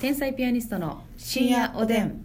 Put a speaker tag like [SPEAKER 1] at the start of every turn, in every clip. [SPEAKER 1] 天才ピアニストの深夜おでん。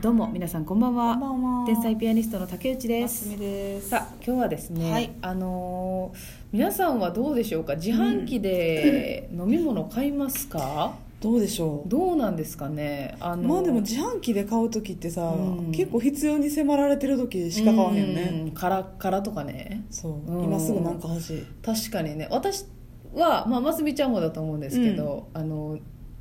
[SPEAKER 1] どうも皆さんこんばんは。
[SPEAKER 2] こんばんは
[SPEAKER 1] 天才ピアニストの竹内で
[SPEAKER 2] ます
[SPEAKER 1] す
[SPEAKER 2] み。です
[SPEAKER 1] さあ今日はですね、
[SPEAKER 2] はい
[SPEAKER 1] あのー皆さんはどうでしょうか。自販機で飲み物買いますか。
[SPEAKER 2] どうでしょう
[SPEAKER 1] どうなんですかね。あのー
[SPEAKER 2] まあでも自販機で買う時ってさ、
[SPEAKER 1] うん
[SPEAKER 2] 結構必要に迫られてる時しか買わへんね
[SPEAKER 1] う。カラッカラとかね。
[SPEAKER 2] そう、
[SPEAKER 1] うん
[SPEAKER 2] 今すぐなんか欲しい
[SPEAKER 1] 確かにね私は、まあ、ますみちゃんもだと思うんですけど、あの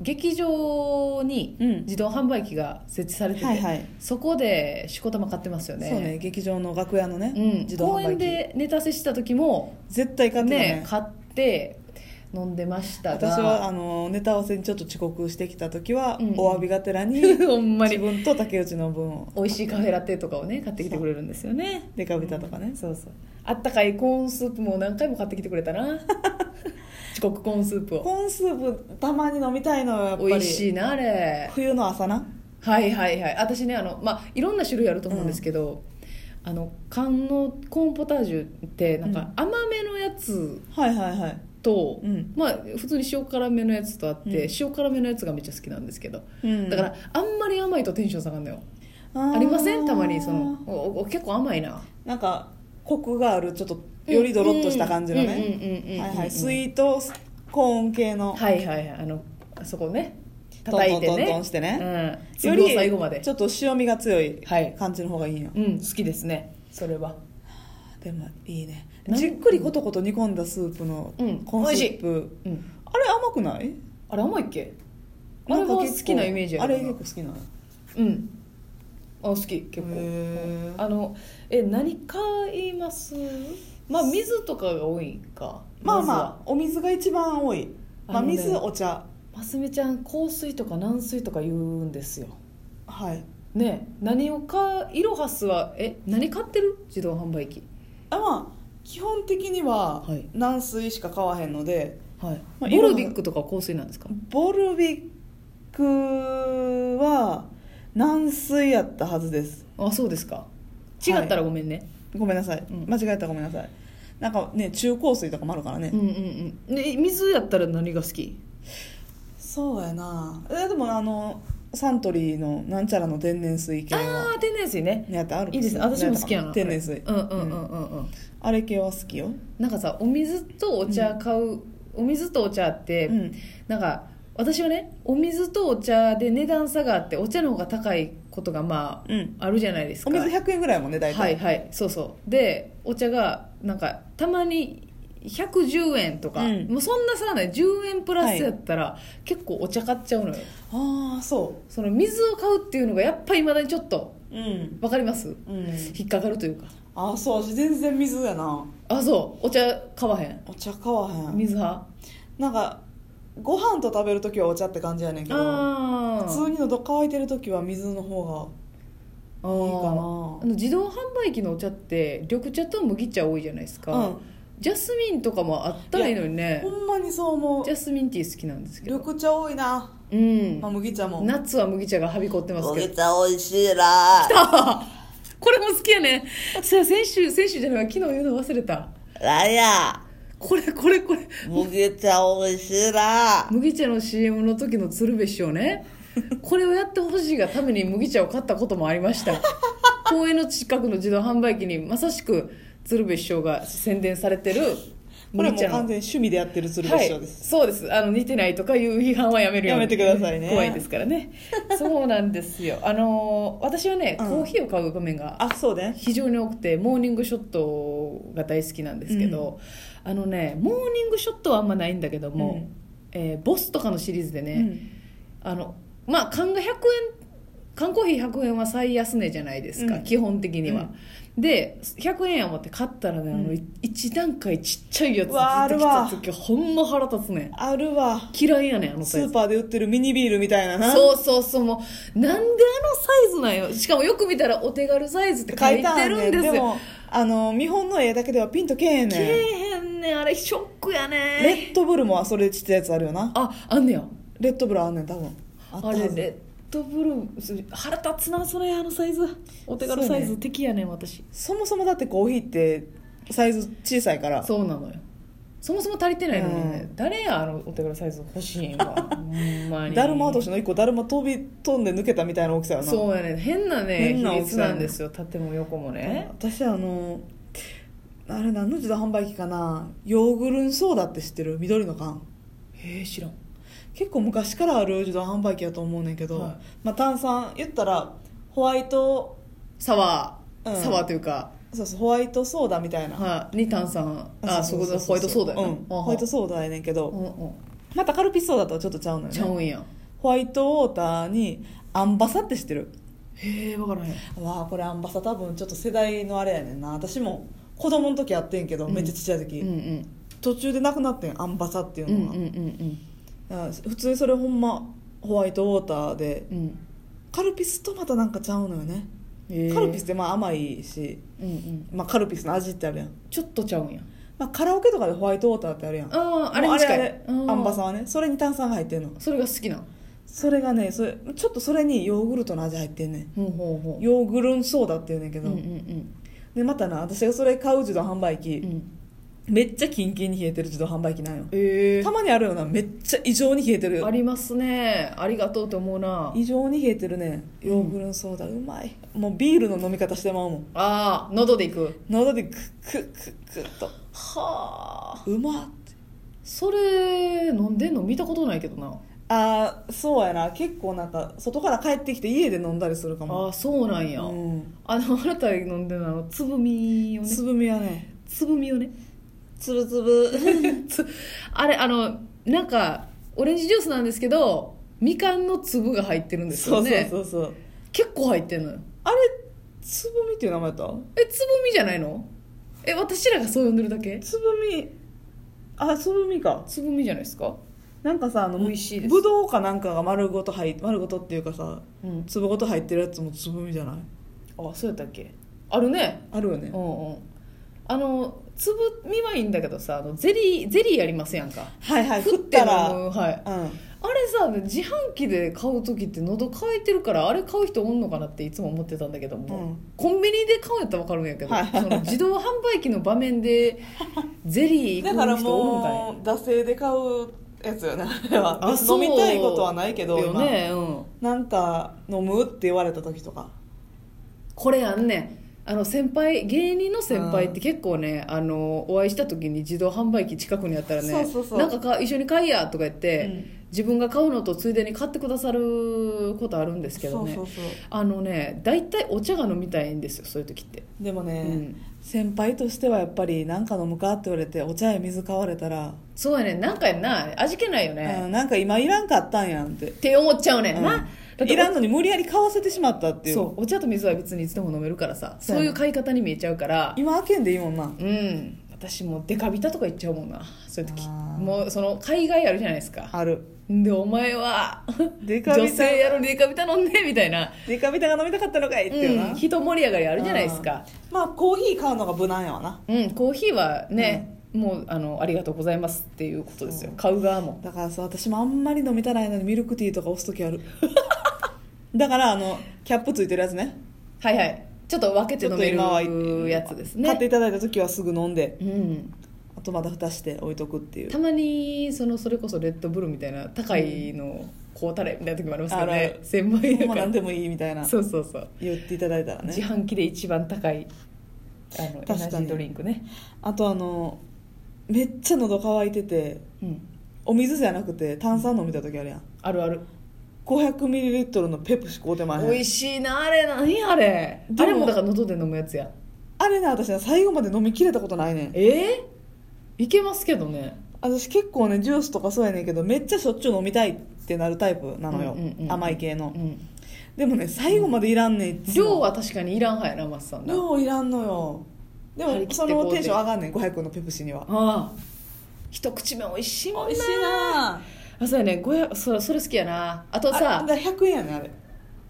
[SPEAKER 1] 劇場に
[SPEAKER 2] うん
[SPEAKER 1] 自動販売機が設置されてて、
[SPEAKER 2] はいはい、
[SPEAKER 1] そこでしこたま買ってますよね
[SPEAKER 2] そうね劇場の楽屋のね、
[SPEAKER 1] うん、
[SPEAKER 2] 自動
[SPEAKER 1] 公
[SPEAKER 2] 販売
[SPEAKER 1] 園
[SPEAKER 2] 機
[SPEAKER 1] でネタせした時も
[SPEAKER 2] 絶対買
[SPEAKER 1] ね
[SPEAKER 2] ってたね
[SPEAKER 1] 買って飲んでましたが
[SPEAKER 2] 私はあのネタ合わせにちょっと遅刻してきた時は、
[SPEAKER 1] うん
[SPEAKER 2] お詫びがてらに
[SPEAKER 1] ほんま
[SPEAKER 2] 自
[SPEAKER 1] に
[SPEAKER 2] 分と竹内の分を
[SPEAKER 1] 美味しいカフェラテとかをね買ってきてくれるんですよね
[SPEAKER 2] デカビタとかね、
[SPEAKER 1] そうそうあったかいコーンスープも何回も買ってきてくれた な遅刻コーンスープを
[SPEAKER 2] コーンスープたまに飲みたいのよやっぱり
[SPEAKER 1] 美味しいなあれ
[SPEAKER 2] 冬の朝な
[SPEAKER 1] はいはいはい私ねあの、まあ、いろんな種類あると思うんですけど、あの缶のコーンポタージュってなんか甘めのやつ
[SPEAKER 2] はいはいはい
[SPEAKER 1] と、
[SPEAKER 2] うん
[SPEAKER 1] まあ、普通に塩辛めのやつとあって、
[SPEAKER 2] うん
[SPEAKER 1] 塩辛めのやつがめっちゃ好きなんですけど、
[SPEAKER 2] うん
[SPEAKER 1] だからあんまり甘いとテンション下がるのよ
[SPEAKER 2] あ
[SPEAKER 1] あ
[SPEAKER 2] ー
[SPEAKER 1] りませんたまにそのおお結構甘いな
[SPEAKER 2] なんかコクがあるちょっとよりドロッとした感じのね
[SPEAKER 1] ね
[SPEAKER 2] はいはいスイートコーン系の
[SPEAKER 1] はいはいはいあのあそこね
[SPEAKER 2] トン
[SPEAKER 1] 叩
[SPEAKER 2] ト
[SPEAKER 1] い
[SPEAKER 2] ン
[SPEAKER 1] て
[SPEAKER 2] トン
[SPEAKER 1] ね
[SPEAKER 2] トンしてね
[SPEAKER 1] うん、より最後まで
[SPEAKER 2] ちょっと塩味が強い
[SPEAKER 1] はい、
[SPEAKER 2] 感じの方がいいんよ
[SPEAKER 1] うん、好きですねそれは
[SPEAKER 2] でもいいね
[SPEAKER 1] なん
[SPEAKER 2] じっくりコトコト煮込んだスープの
[SPEAKER 1] うん
[SPEAKER 2] コーンスープ、
[SPEAKER 1] うん
[SPEAKER 2] あれ甘くない
[SPEAKER 1] あれ甘いっけあ
[SPEAKER 2] な
[SPEAKER 1] れ
[SPEAKER 2] ん
[SPEAKER 1] は好
[SPEAKER 2] か結構
[SPEAKER 1] きなイメージあ
[SPEAKER 2] あ
[SPEAKER 1] る
[SPEAKER 2] れ
[SPEAKER 1] な
[SPEAKER 2] 結構好きなの
[SPEAKER 1] うんあ好き結構
[SPEAKER 2] へー
[SPEAKER 1] あのえ何買いますまあ水とかが多いんか
[SPEAKER 2] まあ
[SPEAKER 1] ずは
[SPEAKER 2] まあお水が一番多い、まあ、
[SPEAKER 1] あのね
[SPEAKER 2] 水お茶
[SPEAKER 1] ますみちゃん香水とか軟水とか言うんですよ
[SPEAKER 2] はい
[SPEAKER 1] ねえ何をかイロハスはえ何買ってる自動販売機
[SPEAKER 2] あまあ基本的には
[SPEAKER 1] はい
[SPEAKER 2] 軟水しか買わへんので、
[SPEAKER 1] はい、
[SPEAKER 2] まあ
[SPEAKER 1] ボルビックとか香水なんですか
[SPEAKER 2] ボルビックは軟水やったはずです
[SPEAKER 1] あそうですか違ったらごめんね、
[SPEAKER 2] ごめんなさい、
[SPEAKER 1] うん
[SPEAKER 2] 間違えたらごめんなさいなんかね中香水とかもあるからね、
[SPEAKER 1] うんうんうんね水やったら何が好き
[SPEAKER 2] そうやなえでもあのサントリーのなんちゃらの天然水系
[SPEAKER 1] あ
[SPEAKER 2] は
[SPEAKER 1] あ天然水ね
[SPEAKER 2] やったある
[SPEAKER 1] いいですね私も好きやな
[SPEAKER 2] 天然水
[SPEAKER 1] うんうんうんうんうん
[SPEAKER 2] あれ系は好きよ、
[SPEAKER 1] なんかさお水とお茶買う、お水とお茶って、
[SPEAKER 2] うん、
[SPEAKER 1] なんか私はねお水とお茶で値段差があってお茶の方が高いことがまあ、
[SPEAKER 2] うん
[SPEAKER 1] あるじゃないです
[SPEAKER 2] お
[SPEAKER 1] か
[SPEAKER 2] 水100円ぐらいやもんね大体、
[SPEAKER 1] はいはいそうそうでお茶がなんかたまに110円とか、
[SPEAKER 2] うん
[SPEAKER 1] もうそんな差はない10円プラスやったら、結構お茶買っちゃうのよ
[SPEAKER 2] ああそ
[SPEAKER 1] その水を買うっていうのがやっぱりまだにちょっと
[SPEAKER 2] ううん、
[SPEAKER 1] わかります
[SPEAKER 2] うん、
[SPEAKER 1] 引っかかるというか
[SPEAKER 2] ああそう私全然水やな
[SPEAKER 1] あそうお茶買わへん
[SPEAKER 2] お茶買わへん
[SPEAKER 1] 水派
[SPEAKER 2] なんかご飯と食べるときはお茶って感じやねんけど
[SPEAKER 1] あ
[SPEAKER 2] 普通に喉乾いてる時は水の方
[SPEAKER 1] あ
[SPEAKER 2] がいい
[SPEAKER 1] ー
[SPEAKER 2] か
[SPEAKER 1] あの自動販売機のお茶って緑茶と麦茶多いじゃないですか、
[SPEAKER 2] なうん
[SPEAKER 1] ジャスミンとかもあったらいいのにね
[SPEAKER 2] ほんまにそう思う
[SPEAKER 1] ジャスミンティー好きなんですけど、
[SPEAKER 2] 緑茶多いな、
[SPEAKER 1] うん
[SPEAKER 2] まあ、、麦茶も
[SPEAKER 1] 夏は麦茶がはびこってますけど
[SPEAKER 2] 茶美味しいな
[SPEAKER 1] これも好きや ねそや先週先週じゃないわ昨日言うの忘れた
[SPEAKER 2] なんや
[SPEAKER 1] これこれこれ
[SPEAKER 2] 麦茶美味しいな
[SPEAKER 1] 麦茶の CM の時の鶴瓶師匠 ねこれをやってほしいがために麦茶を買ったこともありました公園の近くの自動販売機にまさしく鶴瓶師匠が宣伝されてる
[SPEAKER 2] これも
[SPEAKER 1] 麦
[SPEAKER 2] う
[SPEAKER 1] 茶
[SPEAKER 2] 完
[SPEAKER 1] の
[SPEAKER 2] 全に趣味でやってる鶴瓶師匠です、
[SPEAKER 1] はい、そうですあの似てないとかいう批判はやめるように
[SPEAKER 2] やめてくださいね
[SPEAKER 1] 怖いですからねそうなんですよあのー私はね、
[SPEAKER 2] うん
[SPEAKER 1] コーヒーを買う場面が
[SPEAKER 2] あそうね
[SPEAKER 1] 非常に多くてモーニングショットが大好きなんですけど、あのねモーニングショットはあんまないんだけども、
[SPEAKER 2] うん
[SPEAKER 1] えーボスとかのシリーズでね、
[SPEAKER 2] うん
[SPEAKER 1] あのまあ缶が100円缶コーヒー100円は最安値じゃないですか、
[SPEAKER 2] うん
[SPEAKER 1] 基本的には、で100円や思って買ったらね、あ
[SPEAKER 2] う
[SPEAKER 1] の
[SPEAKER 2] ん
[SPEAKER 1] 1段階ちっちゃいやつ
[SPEAKER 2] うわ
[SPEAKER 1] 出てき
[SPEAKER 2] ある
[SPEAKER 1] た
[SPEAKER 2] わ
[SPEAKER 1] 時ほんま腹立つねん
[SPEAKER 2] あるわ
[SPEAKER 1] 嫌いやねんあの
[SPEAKER 2] ス
[SPEAKER 1] サイ
[SPEAKER 2] ー
[SPEAKER 1] ズ
[SPEAKER 2] パーで売ってるミニビールみたいなな
[SPEAKER 1] そうそうそうもうなんであのサイズなんよしかもよく見たらお手軽サイズって書
[SPEAKER 2] 書
[SPEAKER 1] い
[SPEAKER 2] いてあ
[SPEAKER 1] て
[SPEAKER 2] ん
[SPEAKER 1] る
[SPEAKER 2] ね
[SPEAKER 1] ん
[SPEAKER 2] ん
[SPEAKER 1] です
[SPEAKER 2] で
[SPEAKER 1] よ
[SPEAKER 2] もあの見本の絵だけではピンとけえへん
[SPEAKER 1] け
[SPEAKER 2] ねん
[SPEAKER 1] えへんねんあれショックや
[SPEAKER 2] レ
[SPEAKER 1] ねん
[SPEAKER 2] ッドブルもあそれちっちゃいやつあるよな
[SPEAKER 1] ああんねや
[SPEAKER 2] レッドブルあんねん多分あった
[SPEAKER 1] あ
[SPEAKER 2] はず
[SPEAKER 1] れレッドブルーす腹立つなそれあのサイズお手軽サイ
[SPEAKER 2] そう
[SPEAKER 1] ズ
[SPEAKER 2] ね
[SPEAKER 1] 敵やねん私
[SPEAKER 2] そもそもだってコーヒーってサイズ小さいから
[SPEAKER 1] そうなのよそもそも足りてないのにね、
[SPEAKER 2] う
[SPEAKER 1] 誰やあのお手軽サイズ欲しいん かほんまに
[SPEAKER 2] だるま落としの1個だるま飛び飛んで抜けたみたいな大きさやな
[SPEAKER 1] そうやね変なね
[SPEAKER 2] 変な
[SPEAKER 1] 比
[SPEAKER 2] 大き
[SPEAKER 1] 率
[SPEAKER 2] さやね
[SPEAKER 1] なんですよ縦も横もね
[SPEAKER 2] 私あのあれ何の自動販売機かなヨーグルンソーダって知ってる緑の缶
[SPEAKER 1] へえ知らん
[SPEAKER 2] 結構昔からある自動販売機やと思うねんけど、
[SPEAKER 1] はい
[SPEAKER 2] まあ、炭酸言ったらホワイト
[SPEAKER 1] サワー、
[SPEAKER 2] うん
[SPEAKER 1] サワーというか、
[SPEAKER 2] そうそうホワイトソーダみたいな、
[SPEAKER 1] はい、に炭酸あそこでホワイトソーダやな、
[SPEAKER 2] うんホワイト
[SPEAKER 1] ソ
[SPEAKER 2] ソーダやねんけ
[SPEAKER 1] ーダ、
[SPEAKER 2] ど
[SPEAKER 1] うんうん、
[SPEAKER 2] またカルピスソーダとはちょっとちゃうのよ
[SPEAKER 1] ちゃう
[SPEAKER 2] ね
[SPEAKER 1] んや
[SPEAKER 2] ホワイトウォーターにアンバサって知ってる
[SPEAKER 1] へえ分からへん
[SPEAKER 2] わあこれアンバサ多分ちょっと世代のあれやねんな私も子供の時やってんけど、
[SPEAKER 1] うん
[SPEAKER 2] めっちゃちっちゃい時、
[SPEAKER 1] うんうん
[SPEAKER 2] 途中でなくなってんアンバサっていう
[SPEAKER 1] うん
[SPEAKER 2] の
[SPEAKER 1] う
[SPEAKER 2] が、
[SPEAKER 1] んうん
[SPEAKER 2] あ普通にそれほんまホワイトウォーターで
[SPEAKER 1] うんうん
[SPEAKER 2] カルピスとまたなんかちゃうのよね、
[SPEAKER 1] へえ
[SPEAKER 2] カルピスってまあ甘いし、
[SPEAKER 1] うんうん
[SPEAKER 2] まあ、カルピスの味ってあるやん、
[SPEAKER 1] ちょっとちゃうんや
[SPEAKER 2] まあ、カラオケとかでホワイトウォーターってあるやん
[SPEAKER 1] あああれ
[SPEAKER 2] もう
[SPEAKER 1] に近い
[SPEAKER 2] あれ
[SPEAKER 1] うん
[SPEAKER 2] アンバサはねそれに炭酸が入ってんの
[SPEAKER 1] それが好きなん
[SPEAKER 2] それがねそれちょっとそれにヨーグルトの味入ってんねん
[SPEAKER 1] ほうほうほう
[SPEAKER 2] ヨーグルンソーダっていうねんけど、
[SPEAKER 1] うんうん
[SPEAKER 2] でまたな私がそれ買う自動販売機、
[SPEAKER 1] うんうん
[SPEAKER 2] めっちゃキンキンに冷えてる自動販売機なんよ
[SPEAKER 1] ええ
[SPEAKER 2] たまにあるよなめっちゃ異常に冷えてる
[SPEAKER 1] ありますねありがとうと思うな
[SPEAKER 2] 異常に冷えてるねヨーグルンソーダうまいもうビールの飲み方してまうもん
[SPEAKER 1] ああ喉でいく
[SPEAKER 2] 喉でクックックックッと
[SPEAKER 1] はあ
[SPEAKER 2] うまって
[SPEAKER 1] それ飲んでんの見たことないけどな
[SPEAKER 2] ああそうやな結構なんか外から帰ってきて家で飲んだりするか
[SPEAKER 1] あ
[SPEAKER 2] も
[SPEAKER 1] あそうなんや、
[SPEAKER 2] うん
[SPEAKER 1] あのあなたが飲んでるのはあのつぶみをね
[SPEAKER 2] つぶみはね
[SPEAKER 1] つぶみをね
[SPEAKER 2] つぶつぶ
[SPEAKER 1] つ あれあのなんかオレンジジュースなんですけどみかんの粒が入ってるんです
[SPEAKER 2] そ
[SPEAKER 1] よ
[SPEAKER 2] う
[SPEAKER 1] ね
[SPEAKER 2] そうそうそう
[SPEAKER 1] 結構入ってんのよ
[SPEAKER 2] あれつぶみっていう名前だっ
[SPEAKER 1] えつぶみじゃないのえ私らがそう呼んでるだけ
[SPEAKER 2] たつぶみあつぶみか
[SPEAKER 1] つぶみじゃないですか
[SPEAKER 2] なんかさあの
[SPEAKER 1] 美味しいです
[SPEAKER 2] ぶどうかなんかが丸ごと入っ丸ごとっていうかさ
[SPEAKER 1] うん
[SPEAKER 2] 粒ごと入ってるやつもつぶみじゃない
[SPEAKER 1] あそうやったっけあるね
[SPEAKER 2] あるよね
[SPEAKER 1] うんうんあのつぶみはいいんだけどさあのゼリーゼリーありますやんか
[SPEAKER 2] はいはい
[SPEAKER 1] 振
[SPEAKER 2] 振
[SPEAKER 1] っ
[SPEAKER 2] ってた
[SPEAKER 1] 飲む
[SPEAKER 2] ら
[SPEAKER 1] はい
[SPEAKER 2] うん
[SPEAKER 1] あれさ自販機で買う時って喉乾いてるからあれ買う人おんのかなっていつも思ってたんだけども、
[SPEAKER 2] うん
[SPEAKER 1] コンビニで買うんやったら分かるんやけど、
[SPEAKER 2] はい
[SPEAKER 1] その自動販売機の場面 でゼリー
[SPEAKER 2] だ
[SPEAKER 1] 行
[SPEAKER 2] から
[SPEAKER 1] く人おるんか
[SPEAKER 2] も
[SPEAKER 1] ね
[SPEAKER 2] う惰性で買うやつよねあれ は
[SPEAKER 1] あ
[SPEAKER 2] 飲みたいことはないけど
[SPEAKER 1] よね、うん、
[SPEAKER 2] 今なんか飲むって言われた時とか
[SPEAKER 1] これあんねんあの先輩芸人の先輩って結構ね、あのお会いした時に自動販売機近くにあったらね
[SPEAKER 2] そうそうそう
[SPEAKER 1] なんかか一緒に買いや」とか言って、
[SPEAKER 2] うん
[SPEAKER 1] 自分が買うのとついでに買ってくださることあるんですけどね
[SPEAKER 2] そうそうそう
[SPEAKER 1] あのね大体お茶が飲みたいんですよそういう時って、
[SPEAKER 2] でもね、
[SPEAKER 1] うん
[SPEAKER 2] 先輩としてはやっぱり何か飲むかって言われてお茶や水買われたら、
[SPEAKER 1] そうやねんなんかやんな味気ないよね、
[SPEAKER 2] うんなんか今いらんかったんやんって
[SPEAKER 1] って思っちゃうねんな、
[SPEAKER 2] うん
[SPEAKER 1] だって
[SPEAKER 2] いらんのに無理やり買わせてしまったっていう
[SPEAKER 1] そうお茶と水は別にいつでも飲めるからさ
[SPEAKER 2] そ
[SPEAKER 1] そう
[SPEAKER 2] うや
[SPEAKER 1] い
[SPEAKER 2] な
[SPEAKER 1] う買い方に見えちゃうから
[SPEAKER 2] 今開けんでいいもんな
[SPEAKER 1] うん私もうデカビタとか言っちゃうもんなそういう時
[SPEAKER 2] あー
[SPEAKER 1] もうその海外あるじゃないですか
[SPEAKER 2] ある
[SPEAKER 1] でお前は
[SPEAKER 2] デカビタ
[SPEAKER 1] 女性やのにデカビタ飲んでみたいな、
[SPEAKER 2] デカビタが飲みたかったのかいっていうな、
[SPEAKER 1] うん人盛り上がりあるじゃないですか
[SPEAKER 2] まあコーヒー買うのが無難やわな
[SPEAKER 1] うんコーヒーはね、もうあのありがとうございますっていうことですよ買う側も
[SPEAKER 2] だからさ私もあんまり飲みたないのにミルクティーとか押す時 あるだからあのキャップついてるやつね
[SPEAKER 1] はいはいちょっと分けて
[SPEAKER 2] ちょ
[SPEAKER 1] 飲
[SPEAKER 2] っと
[SPEAKER 1] め
[SPEAKER 2] 今は
[SPEAKER 1] るやつですね
[SPEAKER 2] 買っていただいた時はすぐ飲んで
[SPEAKER 1] うん
[SPEAKER 2] あとまた蓋して置いとくっていう
[SPEAKER 1] たまにそのそれこそレッドブルみたいな高いのこうたれみたいな時もありますけど
[SPEAKER 2] あるあ
[SPEAKER 1] ね
[SPEAKER 2] る
[SPEAKER 1] 千枚
[SPEAKER 2] ほ
[SPEAKER 1] だ
[SPEAKER 2] んま
[SPEAKER 1] か
[SPEAKER 2] 何
[SPEAKER 1] ら
[SPEAKER 2] でもいいみたいな
[SPEAKER 1] そうそうそう、
[SPEAKER 2] 言っていただいたら
[SPEAKER 1] 自
[SPEAKER 2] ね
[SPEAKER 1] 販機で一番高いあのエナ
[SPEAKER 2] かに
[SPEAKER 1] ジードリンクね、
[SPEAKER 2] あとあのめっちゃ喉乾いてて
[SPEAKER 1] うん、
[SPEAKER 2] お水じゃなくて炭酸飲みた時あるやん
[SPEAKER 1] あるある
[SPEAKER 2] 500ml のペプシ買うてま
[SPEAKER 1] 美
[SPEAKER 2] へん
[SPEAKER 1] 味しいなあれ何あれ
[SPEAKER 2] で
[SPEAKER 1] あ
[SPEAKER 2] も
[SPEAKER 1] れもだから喉で飲むやつや
[SPEAKER 2] あれな私は最後まで飲みきれたことないねん
[SPEAKER 1] ええいけますけどね
[SPEAKER 2] 私結構ねジュースとかそうやねんけどめっちゃしょっちゅう飲みたいってなるタイプなのよ、
[SPEAKER 1] うんうんうん
[SPEAKER 2] 甘い系の、
[SPEAKER 1] うん
[SPEAKER 2] でもね最後までいらんねんいつも
[SPEAKER 1] 量は確かにいらんはやなマスさんな
[SPEAKER 2] 量いらんのよで
[SPEAKER 1] 張
[SPEAKER 2] も
[SPEAKER 1] り切って
[SPEAKER 2] その
[SPEAKER 1] こうぜ
[SPEAKER 2] テンション上がんねん500のペプシには
[SPEAKER 1] ああ一口目美味しいもんな
[SPEAKER 2] な
[SPEAKER 1] あそうやね500そそれ好きやなあとさ
[SPEAKER 2] あだ100円やねんあれ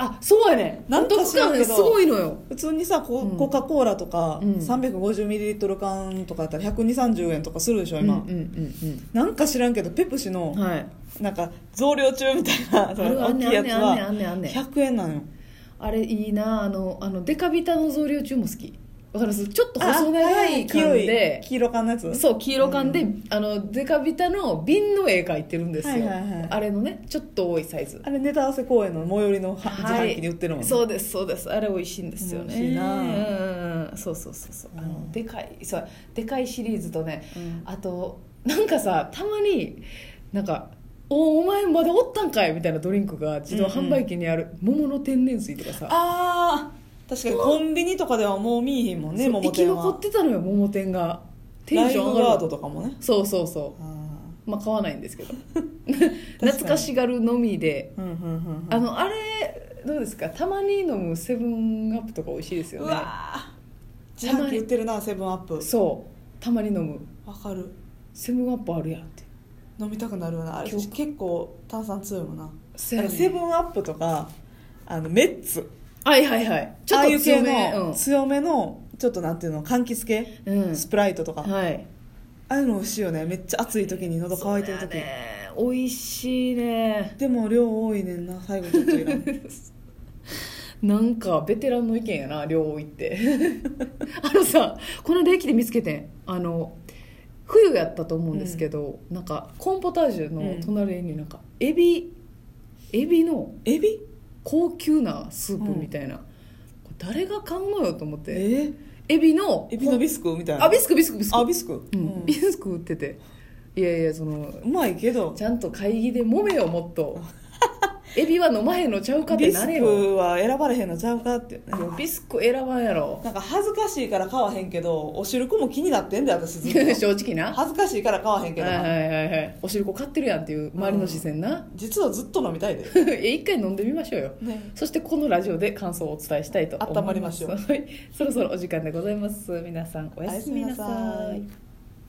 [SPEAKER 1] あそうやね
[SPEAKER 2] な
[SPEAKER 1] お
[SPEAKER 2] んか
[SPEAKER 1] 得
[SPEAKER 2] 知らん
[SPEAKER 1] 感
[SPEAKER 2] け
[SPEAKER 1] が
[SPEAKER 2] ど
[SPEAKER 1] すごいのよ
[SPEAKER 2] 普通にさコ,、
[SPEAKER 1] うん
[SPEAKER 2] コカ・コーラとか、
[SPEAKER 1] うん
[SPEAKER 2] 350ml 缶とかやったら12030円とかするでしょ今、
[SPEAKER 1] うんうん
[SPEAKER 2] なんか知らんけどペプシ
[SPEAKER 1] う
[SPEAKER 2] の
[SPEAKER 1] んはい
[SPEAKER 2] なんか増量中みたいなその
[SPEAKER 1] あ
[SPEAKER 2] 大
[SPEAKER 1] ん
[SPEAKER 2] き
[SPEAKER 1] ね
[SPEAKER 2] いや
[SPEAKER 1] ん
[SPEAKER 2] つ
[SPEAKER 1] あんねんあ
[SPEAKER 2] は
[SPEAKER 1] んねんあんねんあんねん
[SPEAKER 2] 100円なのよ
[SPEAKER 1] あれいいなあのあのデカビタの増量中も好きわかりますちょっと細長い缶
[SPEAKER 2] あ
[SPEAKER 1] で
[SPEAKER 2] 黄色い黄色缶のやつ
[SPEAKER 1] そう黄色缶で、あのデカビタの瓶の絵描いてるんですよ、
[SPEAKER 2] はいはいはい
[SPEAKER 1] あれのねちょっと多いサイズ
[SPEAKER 2] あれネタ合わせ公園の最寄りのは自販機に売ってるもん、
[SPEAKER 1] そうですそうですあれ美味しいんですよね
[SPEAKER 2] 美味しいな
[SPEAKER 1] うんうんうんそうそうそうそう、あ
[SPEAKER 2] うん
[SPEAKER 1] のでかいそうでかいシリーズとね
[SPEAKER 2] うん
[SPEAKER 1] あとなんかさたまになんか「おお前まだおったんかい」みたいなドリンクが自動販売機にある桃の天然水とかさ、
[SPEAKER 2] あー確かにコンビニとかではもう見えへんもんね
[SPEAKER 1] そう
[SPEAKER 2] 桃
[SPEAKER 1] 生き
[SPEAKER 2] 天
[SPEAKER 1] 残っ
[SPEAKER 2] は
[SPEAKER 1] てたのよ桃天がテン
[SPEAKER 2] ライ
[SPEAKER 1] ショ
[SPEAKER 2] フ
[SPEAKER 1] ン
[SPEAKER 2] ガ
[SPEAKER 1] 上が
[SPEAKER 2] ード
[SPEAKER 1] る
[SPEAKER 2] とかもね
[SPEAKER 1] そうそうそ
[SPEAKER 2] あ
[SPEAKER 1] うまあ買わないんです けど懐かしがるのみで
[SPEAKER 2] ーうんうんうんうん
[SPEAKER 1] あのあれどうですかたまに飲むセブンアップとか美味しいですよ
[SPEAKER 2] う
[SPEAKER 1] ね
[SPEAKER 2] わー自販機売ってるなセブンアップ
[SPEAKER 1] そうたまに飲む
[SPEAKER 2] わかる
[SPEAKER 1] セブンアップあるやんって
[SPEAKER 2] 飲みたくなるよなあれ
[SPEAKER 1] 今日
[SPEAKER 2] 結構炭酸強いもんな
[SPEAKER 1] そ
[SPEAKER 2] だ
[SPEAKER 1] うや
[SPEAKER 2] から
[SPEAKER 1] ね
[SPEAKER 2] セブンアップとかあのメッツ
[SPEAKER 1] はいはいはいちょ
[SPEAKER 2] あ
[SPEAKER 1] っ
[SPEAKER 2] あい
[SPEAKER 1] と
[SPEAKER 2] う系
[SPEAKER 1] 強め
[SPEAKER 2] の強めのちょっとなんていうの柑橘系
[SPEAKER 1] うん、うん
[SPEAKER 2] スプライトとかあ
[SPEAKER 1] はい
[SPEAKER 2] あいうの美味しいよねめっちゃ暑い時に喉乾いてる
[SPEAKER 1] そう
[SPEAKER 2] 時
[SPEAKER 1] やね美味しいね
[SPEAKER 2] でも量多いねんな最後ちょっと いらん
[SPEAKER 1] なんかベテランの意見やな両多いって あのさこの間駅で見つけてんあの冬やったと思うんですけど、なんかコーンポタージュの隣になんかエビ、エビの
[SPEAKER 2] エビ
[SPEAKER 1] 高級なスープみたいな、これ誰が買うのよと思って
[SPEAKER 2] え
[SPEAKER 1] エビの
[SPEAKER 2] エビのビスクみたいな
[SPEAKER 1] あビスクビスクビスク
[SPEAKER 2] あビスク、
[SPEAKER 1] う
[SPEAKER 2] うん
[SPEAKER 1] ん、ビスク売ってていやいやその
[SPEAKER 2] うまいけど
[SPEAKER 1] ちゃんと会議で揉めよもっとエビは飲まへんのちゃうかって
[SPEAKER 2] ビス
[SPEAKER 1] なれよ
[SPEAKER 2] クは選ばれへんのちゃうかってね
[SPEAKER 1] ビスク選ばんやろ
[SPEAKER 2] なんか恥ずかしいから買わへんけどお汁粉も気になってんで 私ずっと
[SPEAKER 1] 正直なは
[SPEAKER 2] 恥ずかしいから買わへん
[SPEAKER 1] い
[SPEAKER 2] けど
[SPEAKER 1] は
[SPEAKER 2] ない
[SPEAKER 1] はいはいお汁粉買ってるやんっていう周りの視線な、
[SPEAKER 2] 実はずっと飲みたいで、
[SPEAKER 1] え一回飲んでみましょうよ
[SPEAKER 2] ね、
[SPEAKER 1] そしてこのラジオで感想をお伝えしたいと思います
[SPEAKER 2] 温まりましょう
[SPEAKER 1] はいそろそろお時間でございます皆さんおやすみな
[SPEAKER 2] おやすみな
[SPEAKER 1] さ
[SPEAKER 2] さ
[SPEAKER 1] い
[SPEAKER 2] い